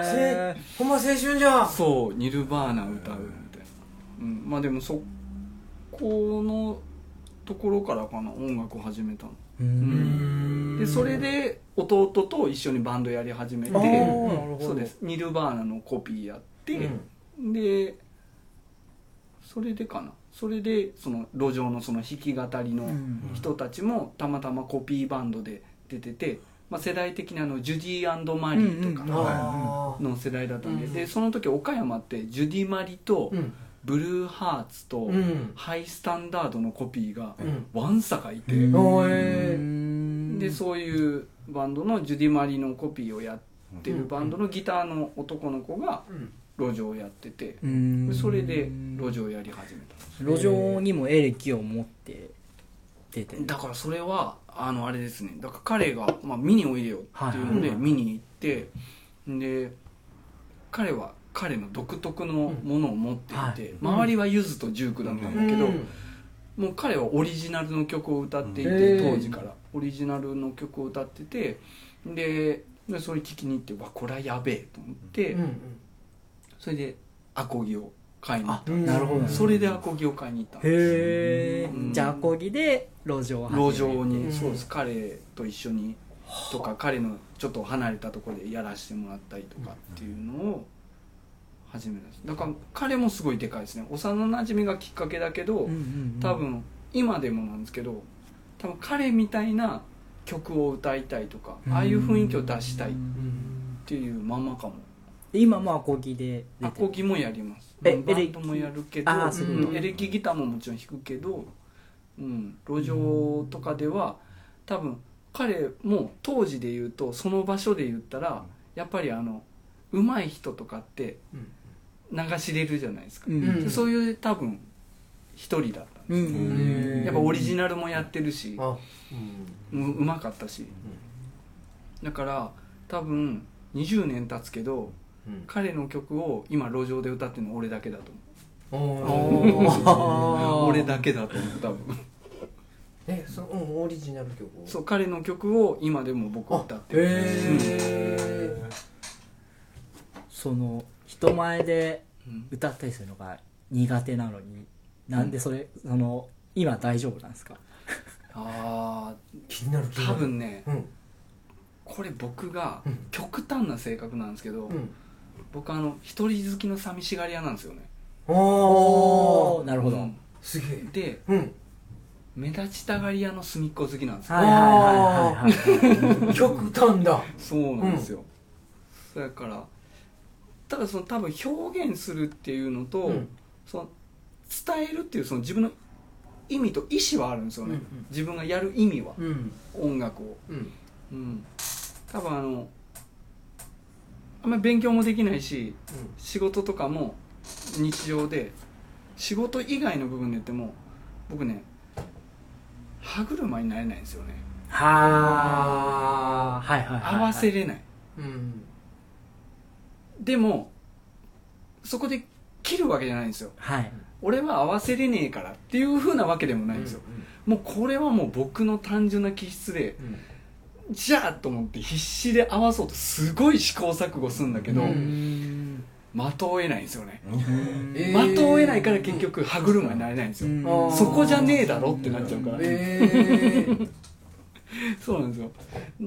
Speaker 5: せほんま青春じゃん
Speaker 7: そうニルバーナ歌うみたいな、うん、まあでもそこのところからかな音楽を始めたのうんでそれで弟と一緒にバンドやり始めてそうですニルバーナのコピーやって、でそれでかなそれでその路上のその弾き語りの人たちもたまたまコピーバンドで出てて、まあ、世代的にあのジュディマリーとか、
Speaker 5: あ
Speaker 7: の世代だったんで,、でその時岡山ってジュディ・マリと、ブルーハーツと、
Speaker 5: ん
Speaker 7: ハイスタンダードのコピーがわんさかいて、
Speaker 5: おえ
Speaker 7: でそういうバンドのジュディ・マリのコピーをやってるバンドのギターの男の子が路上をやってて、でそれで路上をやり始めた
Speaker 2: 路上にもエレキを持って出て
Speaker 7: だからそれはあのあれですねだから彼が、まあ、見においでよっていうので見に行って、で彼は彼の独特のものを持っていて、周りはゆずとジュークだったんだけど、もう彼はオリジナルの曲を歌っていて、当時からオリジナルの曲を歌っててででそれ聞きに行ってわこれはやべえと思って、それでアコギを買いに行ったんです
Speaker 2: なるほど
Speaker 7: それでアコギを買いに行ったんです
Speaker 2: へえ
Speaker 7: うん
Speaker 2: じゃあアコギで路上を始める
Speaker 7: 路上に、そうです彼と一緒にとか彼のちょっと離れたところでやらせてもらったりとかっていうのを始めたんですだから彼もすごいでかいですね幼なじみがきっかけだけど、
Speaker 2: うんうんうん
Speaker 7: 多分今でもなんですけど多分彼みたいな曲を歌いたいとか、ああいう雰囲気を出したいっていうままかも
Speaker 2: 今もアコギで出
Speaker 7: ア
Speaker 2: て
Speaker 7: コ
Speaker 2: る
Speaker 7: ギもやります
Speaker 2: え
Speaker 7: バンドもやるけど
Speaker 2: エレキあーそういうこと
Speaker 7: うんエレキギターももちろん弾くけど、うん、路上とかでは多分彼も当時で言うとその場所で言ったらやっぱりあの上手い人とかって流し入れるじゃないですか、
Speaker 2: うん
Speaker 7: でそういう多分一人だったん
Speaker 2: う
Speaker 7: です、
Speaker 2: ん
Speaker 7: やっぱオリジナルもやってるし、
Speaker 5: あ
Speaker 7: ううまかったし、だから多分20年経つけど、
Speaker 4: うん
Speaker 7: 彼の曲を今路上で歌ってるの俺だけだと思う
Speaker 2: 俺
Speaker 7: 俺だけだと思う多分
Speaker 5: えそのうんオリジナル曲を
Speaker 7: そう彼の曲を今でも僕は歌ってる
Speaker 5: へえ
Speaker 2: その人前で歌ったりするのが苦手なのに、なんでそれ、その、今大丈夫なんですか
Speaker 7: あ
Speaker 8: 気になる気
Speaker 7: あ
Speaker 8: にな
Speaker 7: 多
Speaker 8: る
Speaker 7: 分ね
Speaker 8: うん
Speaker 7: これ僕が
Speaker 8: うん
Speaker 7: 極端な性格なんですけど、
Speaker 8: うん
Speaker 7: 僕あの一人好きの寂しがり屋なんですよね
Speaker 8: お
Speaker 2: お
Speaker 8: お
Speaker 2: ーなるほど。
Speaker 7: う
Speaker 2: はい
Speaker 7: ん
Speaker 8: すげえ
Speaker 7: で
Speaker 8: うん
Speaker 7: 目立ちたがり屋の隅っこ好きなんですよ、
Speaker 2: はいはいはいはい。
Speaker 8: 極端だ
Speaker 7: そうなんですよ、だからただその多分表現するっていうのと、
Speaker 8: うん
Speaker 7: その伝えるっていうその自分の意味と意思はあるんですよ
Speaker 8: う
Speaker 7: ね、
Speaker 8: んうん
Speaker 7: 自分がやる意味は、
Speaker 8: うん
Speaker 7: 音楽を
Speaker 8: うん
Speaker 7: うん多分あのあんまり勉強もできないし、
Speaker 8: うん
Speaker 7: 仕事とかも日常で仕事以外の部分で言っても僕ね歯車になれないんですよね
Speaker 2: はあ、はいはいはい。
Speaker 7: 合わせれない
Speaker 8: うん
Speaker 7: でもそこで切るわけじゃないんですよ
Speaker 2: はい。
Speaker 7: 俺は合わせれねえからっていうふうなわけでもないんですよ、もうこれはもう僕の単純な気質で、じゃあと思って必死で合わそうとすごい試行錯誤するんだけど、的を得ないんですよね、
Speaker 8: えー
Speaker 7: 的を得ないから結局歯車になれないんですよ、
Speaker 8: あー
Speaker 7: そこじゃねえだろってなっちゃうから、
Speaker 8: えー
Speaker 7: [laughs] そうなんですよ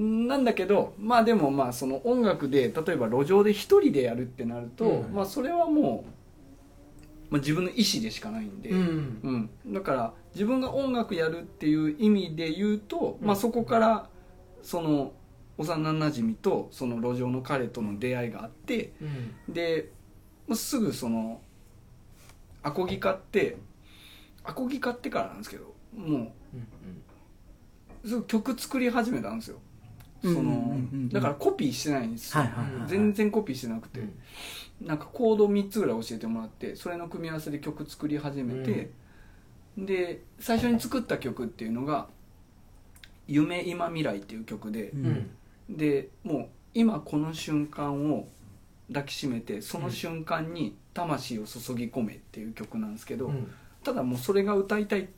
Speaker 7: なんだけどまあでもまあその音楽で例えば路上で一人でやるってなると、まあそれはもう、まあ、自分の意思でしかないんで、
Speaker 8: うん
Speaker 7: うん、だから自分が音楽やるっていう意味で言うと、まあ、そこからその幼なじみとその路上の彼との出会いがあって
Speaker 8: うん
Speaker 7: でもうすぐそのアコギ買ってアコギ買ってからなんですけどもうすぐ曲作り始めたんですよそ
Speaker 2: うんうん
Speaker 7: の
Speaker 2: うんうん
Speaker 7: だからコピーしてないんですよ
Speaker 2: はいはいはい
Speaker 7: 全然コピーしてなくてなんかコード3つぐらい教えてもらってそれの組み合わせで曲作り始めて、で最初に作った曲っていうのが「夢今未来」っていう曲で、
Speaker 8: うん
Speaker 7: でもう今この瞬間を抱きしめてその瞬間に魂を注ぎ込めっていう曲なんですけど、
Speaker 8: うん
Speaker 7: ただもうそれが歌いたい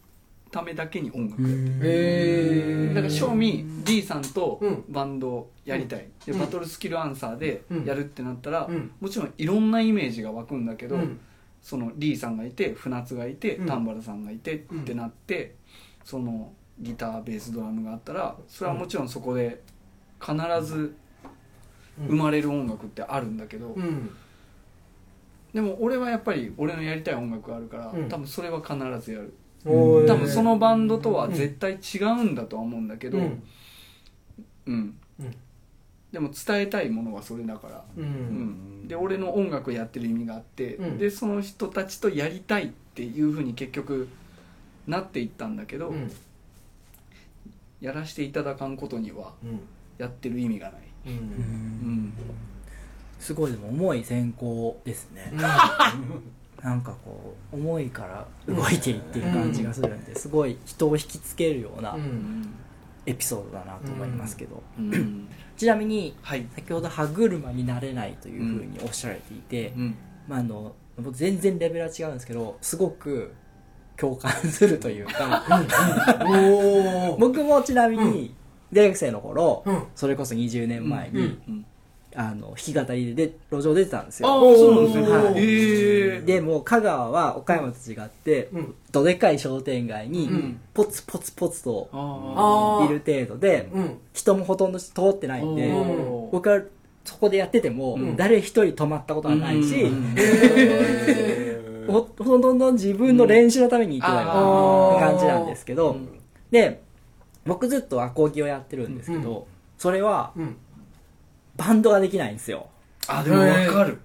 Speaker 7: ためだけに音楽やってる
Speaker 8: えー
Speaker 7: だから正味 D さんと
Speaker 8: うん
Speaker 7: バンドをやりた
Speaker 8: う
Speaker 7: い、
Speaker 8: ん
Speaker 7: でバトルスキルアンサーでやるってなったら、
Speaker 8: うん
Speaker 7: もちろんいろんなイメージが湧くんだけど、
Speaker 8: うん
Speaker 7: その D さんがいて船津がいて
Speaker 8: うん
Speaker 7: 丹原さんがいてってなって、そのギターベースドラムがあったらそれはもちろんそこで必ず生まれる音楽ってあるんだけど、
Speaker 8: うん
Speaker 7: でも俺はやっぱり俺のやりたい音楽があるから、
Speaker 8: うん
Speaker 7: 多分それは必ずやる
Speaker 8: おー
Speaker 7: 多分そのバンドとは絶対違うんだとは思うんだけど、
Speaker 8: うん
Speaker 7: うん
Speaker 8: うん
Speaker 7: でも伝えたいものはそれだから、
Speaker 8: う
Speaker 7: うんんで俺の音楽やってる意味があって、
Speaker 8: うん
Speaker 7: でその人たちとやりたいっていうふうに結局なっていったんだけど、
Speaker 8: うん
Speaker 7: やらせていただかんことには
Speaker 8: うん
Speaker 7: やってる意味がない、
Speaker 8: うん
Speaker 7: うん
Speaker 2: すごいでも重い選考ですね。なんかこう、重いから動いていってる感じがするんで、すごい人を引きつけるような
Speaker 8: うん
Speaker 2: エピソードだなと思いますけど。
Speaker 7: うん
Speaker 2: ちなみに、
Speaker 7: はい、
Speaker 2: 先ほど歯車になれないというふうにおっしゃられていて、
Speaker 7: うん
Speaker 2: まあ、あの僕全然レベルは違うんですけどすごく共感するというか
Speaker 8: おー
Speaker 2: 僕もちなみに大学生の頃、
Speaker 8: うん
Speaker 2: それこそ20年前に、
Speaker 8: うん
Speaker 7: うん
Speaker 2: あの弾き語りで路上出てたんです
Speaker 7: ああ
Speaker 2: よ
Speaker 7: そうなんですね、
Speaker 2: はい
Speaker 7: ええ
Speaker 2: でも香川は岡山と違って、
Speaker 8: うん
Speaker 2: どでかい商店街に
Speaker 7: ん
Speaker 2: ポツポツポツと
Speaker 7: あ
Speaker 8: あ
Speaker 2: いる程度で、
Speaker 8: うん
Speaker 2: 人もほとんど通ってないんで、
Speaker 7: おー
Speaker 2: 僕はそこでやってても、誰一人泊まったことはないし、
Speaker 7: うんうん
Speaker 2: ほほとんど自分の練習のために行ってたような感じなんですけど、で僕ずっとアコギをやってるんですけど、それは
Speaker 8: うん
Speaker 2: バンドができないんですよ
Speaker 7: あでも分かる、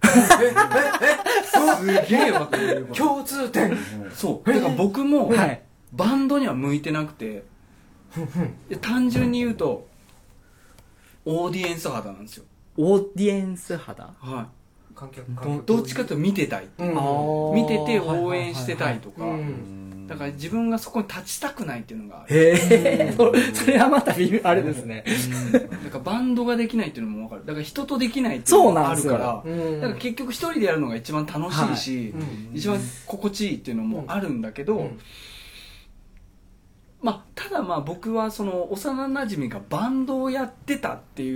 Speaker 7: すげえ分かる
Speaker 8: 共通点
Speaker 7: そうだから僕も、
Speaker 2: はい
Speaker 7: バンドには向いてなくていや単純に言うとオーディエンス肌なんですよ、
Speaker 2: オーディエンス肌
Speaker 7: は
Speaker 8: 観客
Speaker 7: い、どっちかというと見てたい
Speaker 8: うん
Speaker 2: 見
Speaker 7: 見てて応援してたいとか
Speaker 8: うん
Speaker 7: だから自分がそこに立ちたくないっていうのがある
Speaker 2: へえそ [laughs] それはまた微妙あれですね
Speaker 7: だからバンドができないっていうのも分かるだから人とできないっていうのがあるからだから結局一人でやるのが一番楽しいし、一番心地いいっていうのもあるんだけど、まあ、ただまあ僕はその幼なじみがバンドをやってたってい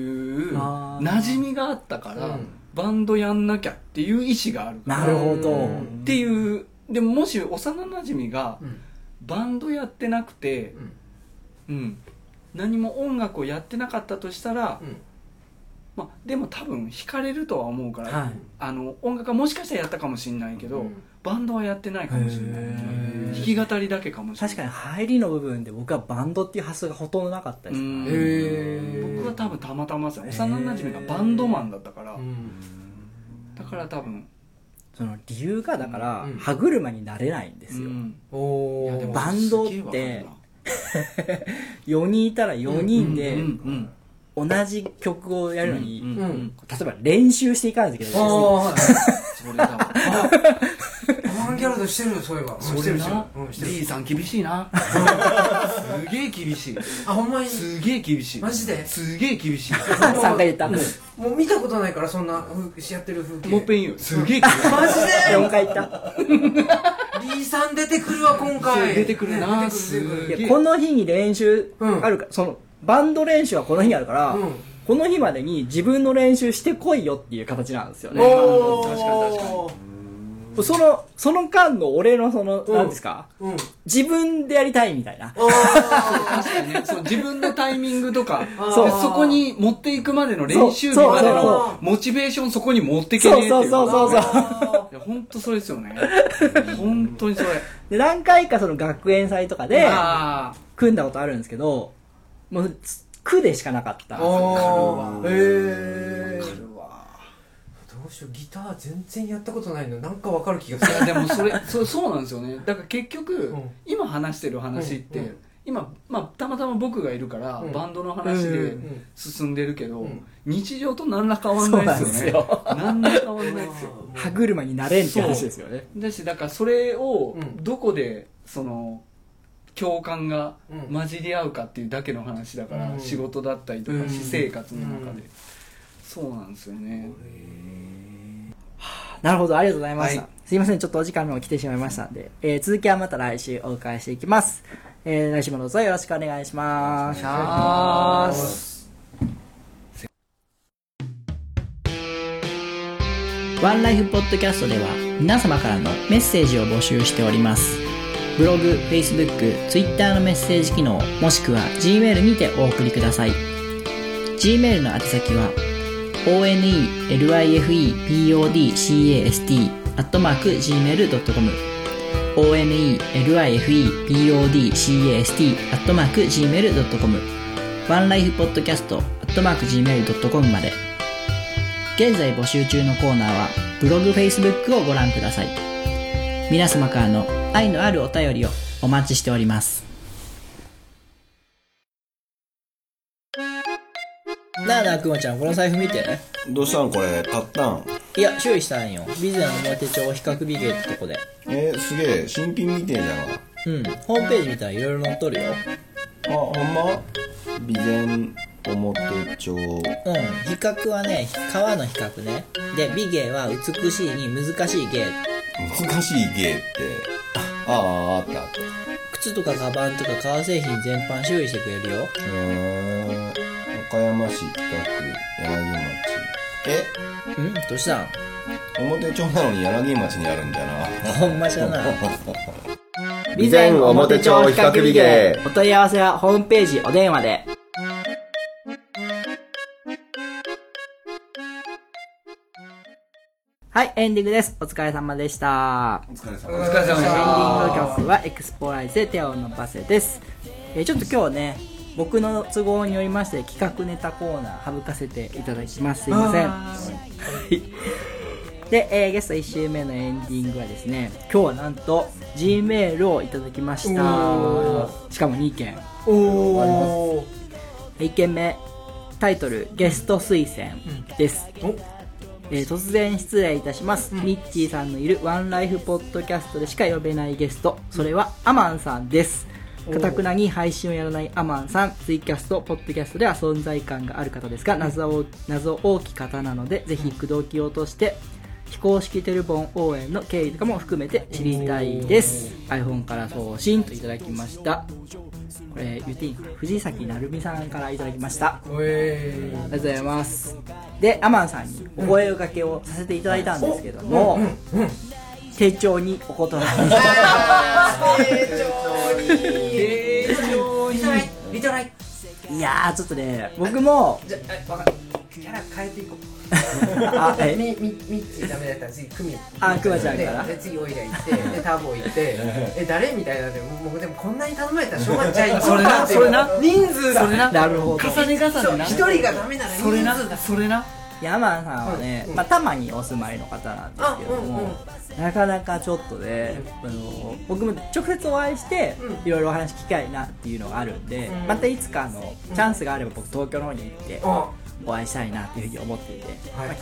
Speaker 7: う
Speaker 2: あー
Speaker 7: 馴染みがあったから、バンドやんなきゃっていう意思がある
Speaker 3: なるほど。
Speaker 7: っていうでももし幼なじみが
Speaker 5: うん
Speaker 7: バンドやってなくて、うん何も音楽をやってなかったとしたら、
Speaker 5: うん
Speaker 7: まあ、でも多分惹かれるとは思うから、
Speaker 3: はい
Speaker 7: あの音楽はもしかしたらやったかもしれないけど、バンドはやってないかもしれない
Speaker 3: へ
Speaker 7: 弾き語りだけかもしれな
Speaker 3: 確か
Speaker 7: い
Speaker 3: に入りの部分で僕はバンドっていう発想がほとんどなかったです。
Speaker 7: うん
Speaker 5: へ
Speaker 7: 僕は多分たまたまですよ幼なじみがバンドマンだったから、
Speaker 5: うん
Speaker 7: だから多分、
Speaker 3: その理由がだから、
Speaker 5: うん
Speaker 3: 歯車になれないんで
Speaker 7: う
Speaker 3: すよ。
Speaker 7: ん、
Speaker 5: おー
Speaker 3: バンドって
Speaker 7: すげえわか
Speaker 3: 4人いたら4人
Speaker 7: るな
Speaker 3: で
Speaker 7: うんうん
Speaker 3: 同じ曲をやるのに、
Speaker 7: うん
Speaker 5: う
Speaker 7: うんん
Speaker 3: 例えば練習していかないといけないじゃないですか
Speaker 5: あ
Speaker 7: それだわ
Speaker 5: あワンギャルドしてるよそういえばうん
Speaker 7: そ
Speaker 5: して
Speaker 7: れ
Speaker 5: るしてる
Speaker 7: な、
Speaker 5: うんして
Speaker 7: D
Speaker 5: る
Speaker 7: さん厳しいなすげえ厳しい
Speaker 5: あほんまに
Speaker 7: すげえ厳しい
Speaker 5: マジです
Speaker 7: げえ厳しい
Speaker 3: 3回言った。
Speaker 5: もう見たことないからそんなふうやってる風景
Speaker 7: もう一遍言うすげえ厳しい
Speaker 5: マジ
Speaker 3: 4回言った。
Speaker 5: で D さん出てくるわ今
Speaker 7: そう
Speaker 5: 回
Speaker 7: 出てくるな
Speaker 5: ね出てくる出て
Speaker 3: いやこの日に練習あるから、その、バンド練習はこの日にあるから、
Speaker 5: うん
Speaker 3: この日までに自分の練習してこいよっていう形なんですよ
Speaker 5: くる
Speaker 3: ね。
Speaker 5: おー
Speaker 7: 確かに確かに
Speaker 3: その、その間の俺のその、
Speaker 5: ん
Speaker 3: 何ですか
Speaker 5: うん
Speaker 3: 自分でやりたいみたいな。
Speaker 5: あ
Speaker 7: 確かにねそう自分のタイミングとか
Speaker 5: ー
Speaker 3: そう
Speaker 7: でそこに持っていくまでの練習日まで
Speaker 5: そうそう
Speaker 7: の
Speaker 5: そう
Speaker 7: モチベーションそこに持ってけねえ
Speaker 3: そう
Speaker 7: っていう
Speaker 3: そうそうそうそう。
Speaker 7: いや本当それですよね本当にそれ
Speaker 3: で、何回かその学園祭とかで、
Speaker 7: ああ
Speaker 3: 組んだことあるんですけど、もう、つ区でしかなかった。
Speaker 5: あーへえ
Speaker 7: わかるわ
Speaker 5: どうしようギター全然やったことないのなんかわかる気がす
Speaker 7: いやでもそれそそうなんですよねだから結局、
Speaker 5: ん
Speaker 7: 今話してる話って、
Speaker 5: うんうん
Speaker 7: 今、まあ、たまたま僕がいるから、
Speaker 5: うん
Speaker 7: バンドの話で
Speaker 5: ん
Speaker 7: 進んでるけど、
Speaker 5: ん
Speaker 7: 日常と何ら変わんないですよね何ら変わん
Speaker 5: る
Speaker 7: ないです
Speaker 5: [laughs]
Speaker 7: よ
Speaker 3: 歯車になれんって話ですよね。
Speaker 7: だしだからそれを
Speaker 5: うん
Speaker 7: どこでその共感が
Speaker 5: うん
Speaker 7: 混じり合うかっていうだけの話だから、
Speaker 5: うん
Speaker 7: 仕事だったりとか、
Speaker 5: うん
Speaker 7: 私生活の中で、
Speaker 5: うん
Speaker 7: そうなんですよね、
Speaker 3: なるほど、ありがとうございました。
Speaker 7: はい
Speaker 3: すいません、ちょっとお時間も来てしまいましたんで、えー続きはまた来週お伺いしていきます。えー来週もどうぞよろしくお願いします。
Speaker 2: ワンライフポッドキャストでは皆様からのメッセージを募集しております。ブログ、Facebook、Twitter のメッセージ機能、もしくは Gmail にてお送りください。Gmail の宛先は onelifepodcast.gmail.com onelifepodcast.gmail.com ワンライフポッドキャスト .gmail.com まで現在募集中のコーナーはブログ、Facebook をご覧ください。皆様からの愛のあるお便りをお待ちしております。なあなあくまちゃん、この財布見て。
Speaker 4: どうしたんこれ買ったん
Speaker 2: いや、注意したんよ。ビズナの表帳比較美芸ってとこで。
Speaker 4: えー、すげえ新品みてえじゃんあ
Speaker 2: うん、ホームページ見たらいろいろ載っとるよ。
Speaker 4: ほんま備前表帳
Speaker 2: うん、比較はね、川の比較ね。で、美芸は美しいに難しい芸。
Speaker 4: 難しい芸ってあああったあった
Speaker 2: 靴とかカバンとか革製品全般注意してくれるよ。
Speaker 4: へー岡山市北区柳町え
Speaker 2: うん、どうしたん
Speaker 4: 表帳なのに柳町にあるんだな
Speaker 2: ほんまじゃない。
Speaker 3: 備前表帳比較美芸お問い合わせはホームページお電話ではいエンディングですお疲れ様でした
Speaker 4: お疲れ様
Speaker 5: お
Speaker 4: です
Speaker 5: 疲
Speaker 3: エンデ
Speaker 5: れ様で
Speaker 3: ィング
Speaker 5: し
Speaker 3: 曲はエクスポライズで手を伸ばせです、えーちょっと今日ね僕の都合によりまして企画ネタコーナー省かせていただきますすいませんはいで、えーゲスト1週目のエンディングはですね今日はなんと G メールをいただきましたしかも2件
Speaker 5: たおお
Speaker 2: 1件目タイトルゲスト推薦です、えー突然失礼いたします、ミッチーさんのいるワンライフポッドキャストでしか呼べないゲストそれはアマンさんですかたくなに配信をやらないアマンさんツイキャストポッドキャストでは存在感がある方ですが謎を謎大き方なのでぜひ口説き落として非公式テレボン応援の経緯とかも含めて知りたいです iPhone から送信といただきましたこれ言っていいのかな藤崎成美さんからいただきましたありがとうございますでアマンさんにお声掛けをさせていただいたんですけども、丁重にお断りし
Speaker 5: リトライリトライ
Speaker 2: ていやーちょっとね僕も
Speaker 5: じゃあわかったキャラ変えていこう
Speaker 2: あえ
Speaker 5: みみみっちーダメだったら次クミ
Speaker 2: あクマちゃんから
Speaker 5: でで次オイラ行ってでターボ行ってえ誰みたいなでもう僕でもこんなに頼まれたらしょうがないじゃあ
Speaker 7: それなそれな
Speaker 5: 人数が
Speaker 2: なるほど
Speaker 7: 重ね重
Speaker 5: そう
Speaker 7: ねな
Speaker 5: 一人がダメなら人
Speaker 7: それ
Speaker 5: 数
Speaker 7: な
Speaker 5: が
Speaker 7: それな
Speaker 2: ヤマンさんはね、まあ、多摩にお住まいの方なんですけども、
Speaker 5: あうんうん
Speaker 2: なかなかちょっとね、あの僕も直接お会いしていろいろお話聞きたいなっていうのがあるんで、またいつかあのチャンスがあれば僕東京の方に行って
Speaker 5: あ
Speaker 2: お会いしたいなっていうふうに思っていて、
Speaker 5: はい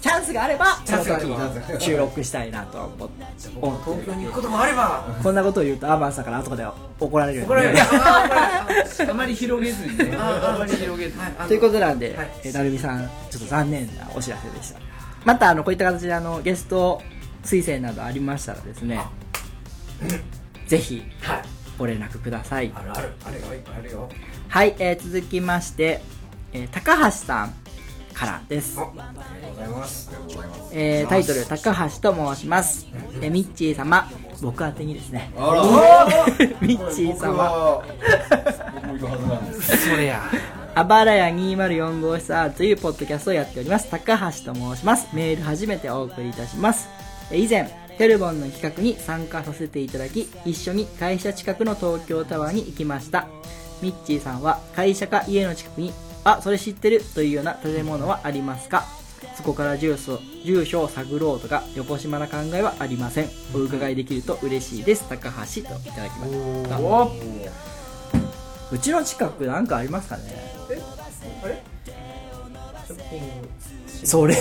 Speaker 2: チャンスがあれば
Speaker 5: チャンスがあれば
Speaker 2: その時収録したいなとは思って思って
Speaker 5: 東京に行くこともあれば
Speaker 2: こんなことを言うとアーマンさんから後で怒られるんで
Speaker 5: 怒られるあ怒られる
Speaker 7: あまり広げずに
Speaker 5: [laughs]
Speaker 7: ねあまり広げずに
Speaker 5: はいあの
Speaker 2: ということなんで、
Speaker 5: はい
Speaker 2: えーなるみさんちょっと残念なお知らせでしたまたあのこういった形であのゲスト推薦などありましたらです [laughs] ねぜひ
Speaker 5: はい
Speaker 2: ご連絡ください
Speaker 5: あるあるあるよいっぱいあるよ
Speaker 2: はい、えー続きまして、えー高橋さんからですえータイトル「高橋」と申します、えーミッチー様僕宛てにです [laughs] ね
Speaker 4: あら
Speaker 2: ミッチー
Speaker 4: 僕
Speaker 2: 様
Speaker 4: は僕もいるはずなんです
Speaker 7: それや
Speaker 2: あばらや204号室 R というポッドキャストをやっております。高橋と申します。メール初めてお送りいたします。え以前、テルボンの企画に参加させていただき、一緒に会社近くの東京タワーに行きました。ミッチーさんは会社か家の近くに、あ、それ知ってるというような建物はありますかそこから住所住所を探ろうとか、横島な考えはありません。お伺いできると嬉しいです。高橋といただきました。
Speaker 7: お
Speaker 2: うちの近くなんかありますかね
Speaker 5: ショッピング
Speaker 2: それい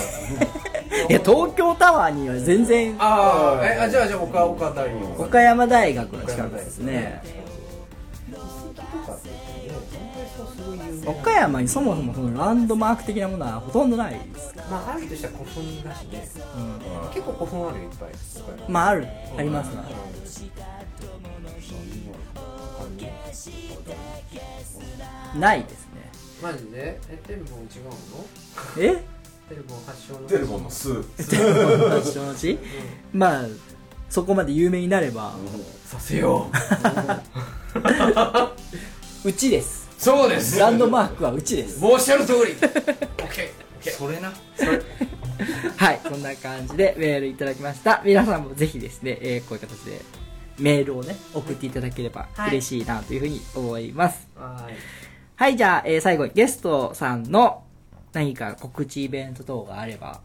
Speaker 2: や東京タワーには全然
Speaker 5: ああえあじゃあじゃあ他他誰に
Speaker 2: 岡山大学の近くですね岡山にそもそもそのランドマーク的なものはほとんどないですか
Speaker 5: まああるとしたら古墳だしね結構古墳あるよいっぱい
Speaker 2: まああるありますがないですね
Speaker 5: マジでえテルボン違うの
Speaker 2: え
Speaker 5: テルボン発祥の
Speaker 4: テルボンの巣
Speaker 2: 私のうちまあそこまで有名になれば
Speaker 5: させよう
Speaker 2: うちです
Speaker 5: そうです
Speaker 2: ランドマークはうちです
Speaker 5: おっしゃる通り OK
Speaker 7: [laughs] それな
Speaker 2: はい、そんな感じでメールいただきました。皆さんもぜひですね、えーこういう形でメールをね、送っていただければ
Speaker 5: はい
Speaker 2: 嬉しいなというふうに思います。
Speaker 5: はい
Speaker 2: はい、じゃあ、えー最後にゲストさんの何か告知イベント等があれば、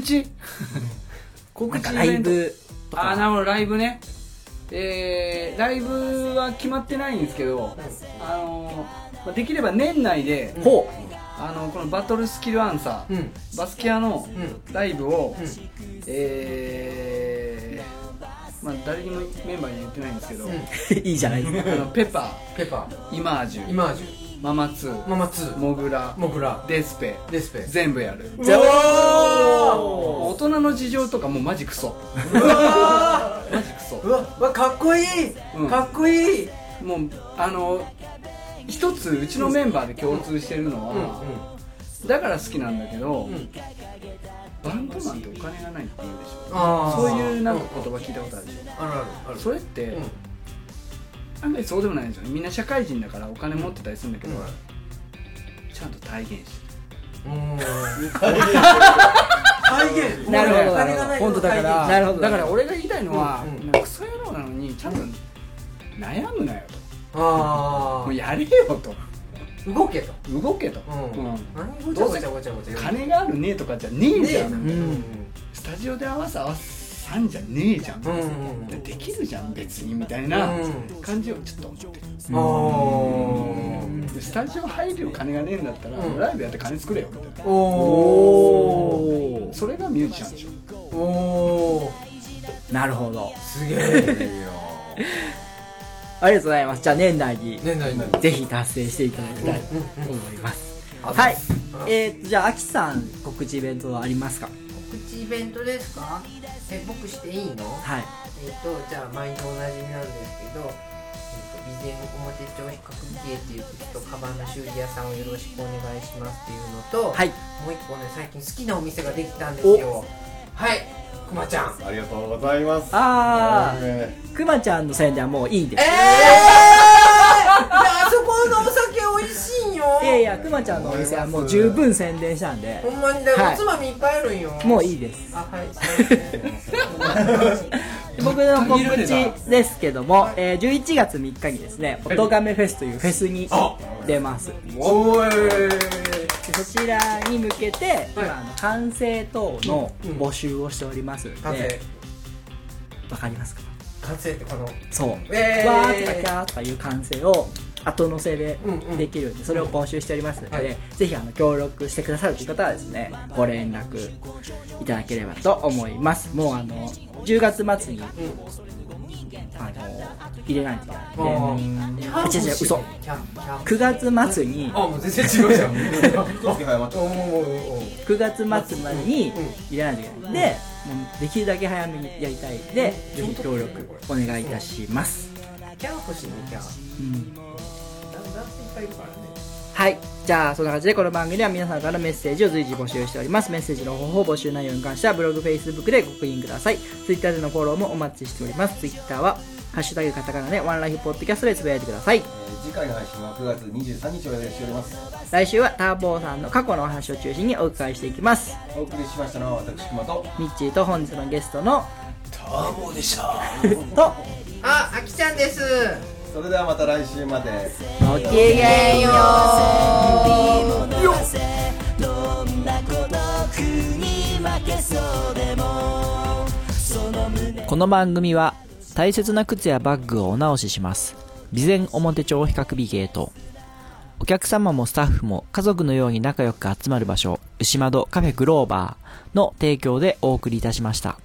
Speaker 5: [laughs]
Speaker 7: 知告
Speaker 2: なん
Speaker 7: 知
Speaker 2: か
Speaker 7: イ
Speaker 2: ラ
Speaker 7: ベ
Speaker 2: イ
Speaker 7: ント
Speaker 2: ブと
Speaker 7: あー
Speaker 2: か、
Speaker 7: なるほどライブねえー、ライブは決まってないんですけど、あのーまあできれば年内で、
Speaker 2: ほ
Speaker 7: あのこのバトルスキルアンサー、
Speaker 5: うん
Speaker 7: バスケアの
Speaker 5: ん
Speaker 7: ライブを、
Speaker 5: ん
Speaker 7: えーまあ、誰にもメンバーには言ってないんですけ
Speaker 5: ん
Speaker 7: ど、
Speaker 2: う、 [laughs] いいじゃないですか。
Speaker 7: あのペッパ
Speaker 5: ペパー
Speaker 7: ーイマージュ
Speaker 5: イマージュ
Speaker 7: ママツー
Speaker 5: ママツー
Speaker 7: モグラ
Speaker 5: モグラ
Speaker 7: デスペ
Speaker 5: デスペ
Speaker 7: 全部やる
Speaker 2: じゃ
Speaker 7: 大人の事情とかもうマジクソ
Speaker 5: うわ
Speaker 7: マジクソ
Speaker 5: うわうわかっこいい
Speaker 7: うん
Speaker 5: かっこいい
Speaker 7: もうあの一つうちのメンバーで共通してるのは、だから好きなんだけど、
Speaker 5: ん
Speaker 7: バンドマンってお金がないって言うでし
Speaker 5: ああ
Speaker 7: ょそういうなんか言葉聞いたことあるでしょ
Speaker 5: あるあるある
Speaker 7: それって、
Speaker 5: うん
Speaker 7: 案外そうでもないんですよねみんな社会人だからお金持ってたりするんだけど、
Speaker 5: うん
Speaker 7: ちゃんと体現して
Speaker 5: 体現
Speaker 2: なるほど
Speaker 5: お金がない
Speaker 2: 本当だから
Speaker 5: 体現
Speaker 2: なるほど
Speaker 7: だから俺が言いたいのは、
Speaker 5: うんうん
Speaker 7: なんかクソ野郎なのにちゃんと悩むなよと
Speaker 5: あ
Speaker 7: も
Speaker 5: あ
Speaker 7: うやれよと
Speaker 5: 動けと
Speaker 7: 動けと、
Speaker 5: うん
Speaker 7: うん
Speaker 5: 何ごちゃごちゃごちゃごちゃ
Speaker 7: 金があるねえとかじゃねえじゃん、
Speaker 5: ね
Speaker 7: スタジオで合わせ合わせ3じゃねえじゃん、
Speaker 5: うんうん
Speaker 7: でできるじゃん別にみたいな
Speaker 5: うん
Speaker 7: 感じをちょっと思ってる、
Speaker 5: ああ
Speaker 7: でスタジオ入るよ金がねえんだったら、
Speaker 5: うん
Speaker 7: ライブやって金作れよみたいな
Speaker 5: おー
Speaker 7: それがミュージシャンでしょ
Speaker 5: おー
Speaker 2: なるほど。
Speaker 5: すげえ
Speaker 2: ありがとうございます。じゃあ、年内に
Speaker 5: 年内に
Speaker 2: ぜひ達成していただきたいと思います。はい、えー、じゃあ、あきさん告知イベントはありますか
Speaker 5: 告知イベントですかえ僕していいの
Speaker 2: はい。
Speaker 5: えっとじゃあ毎度おなじみなんですけど、えっと備前表町比較芸っていうとカバンの修理屋さんをよろしくお願いしますっていうのと、
Speaker 2: はい
Speaker 5: もう一個ね最近好きなお店ができたんですよはいくまちゃん
Speaker 4: ありがとうございます
Speaker 2: あー
Speaker 4: ね
Speaker 2: くまちゃんの宣伝はもういいで
Speaker 5: え
Speaker 2: す
Speaker 5: えー、いやあそこのお酒美味しいんよ
Speaker 2: いやいやくまちゃんのお店はもう十分宣伝したんで
Speaker 5: ほんまにだから
Speaker 2: はい
Speaker 5: おつまみいっぱいあるんよ、
Speaker 2: もういいです
Speaker 5: あはいそうですね
Speaker 2: 僕の告知ですけども、えー、11月3日にですね「おとがめフェス」というフェスに出ます
Speaker 4: おーい
Speaker 2: でそちらに向けて今あの完成等の募集をしておりますん
Speaker 5: 完成
Speaker 2: でわかりますか
Speaker 5: 完成ってこの
Speaker 2: そうわ
Speaker 5: えー
Speaker 2: ーとかキャーとかいう完成を後乗せで
Speaker 5: うんうん
Speaker 2: できるんでそれを募集しておりますの
Speaker 5: は
Speaker 2: で
Speaker 5: い
Speaker 2: ぜひあの協力してくださるという方はですねご連絡いただければと思いますもうあの10月末にあの入れないといけないんで
Speaker 5: あキャン
Speaker 2: 違う違う嘘
Speaker 5: キャンキャン
Speaker 2: 9月末に
Speaker 5: あもう全然違うじゃん
Speaker 4: 一気早まっちゃっ
Speaker 5: おう [laughs] おうおうおう
Speaker 2: 9月末までに入れないといけないんでもうできるだけ早めにやりたいんでぜひ協力お願いいたします、
Speaker 5: キャン欲しいねキャン
Speaker 2: うん
Speaker 5: 男性いっぱいいるからね
Speaker 2: はい。じゃあ、そんな感じでこの番組では皆さんからのメッセージを随時募集しております。メッセージの方法、募集内容に関してはブログ、Facebook でご確認ください。Twitter でのフォローもお待ちしております。Twitter は、ハッシュタグカタカナでワンライフポッドキャストでつぶやいてください。
Speaker 4: たえー次回の配信は9月23日を予定しております
Speaker 2: 来週はターボーさんの過去のお話を中心にお伺いしていきます。
Speaker 4: お送りしましたのは私熊と
Speaker 2: ミッチーと本日のゲストの、ターボーでした。と、
Speaker 5: ああきちゃんです
Speaker 4: それではまた来週まで
Speaker 2: ごきげんよう。
Speaker 9: どんな孤独に負けそうでもその胸
Speaker 10: この番組は大切な靴やバッグをお直しします備前表町比較美ゲートお客様もスタッフも家族のように仲良く集まる場所牛窓カフェグローバーの提供でお送りいたしました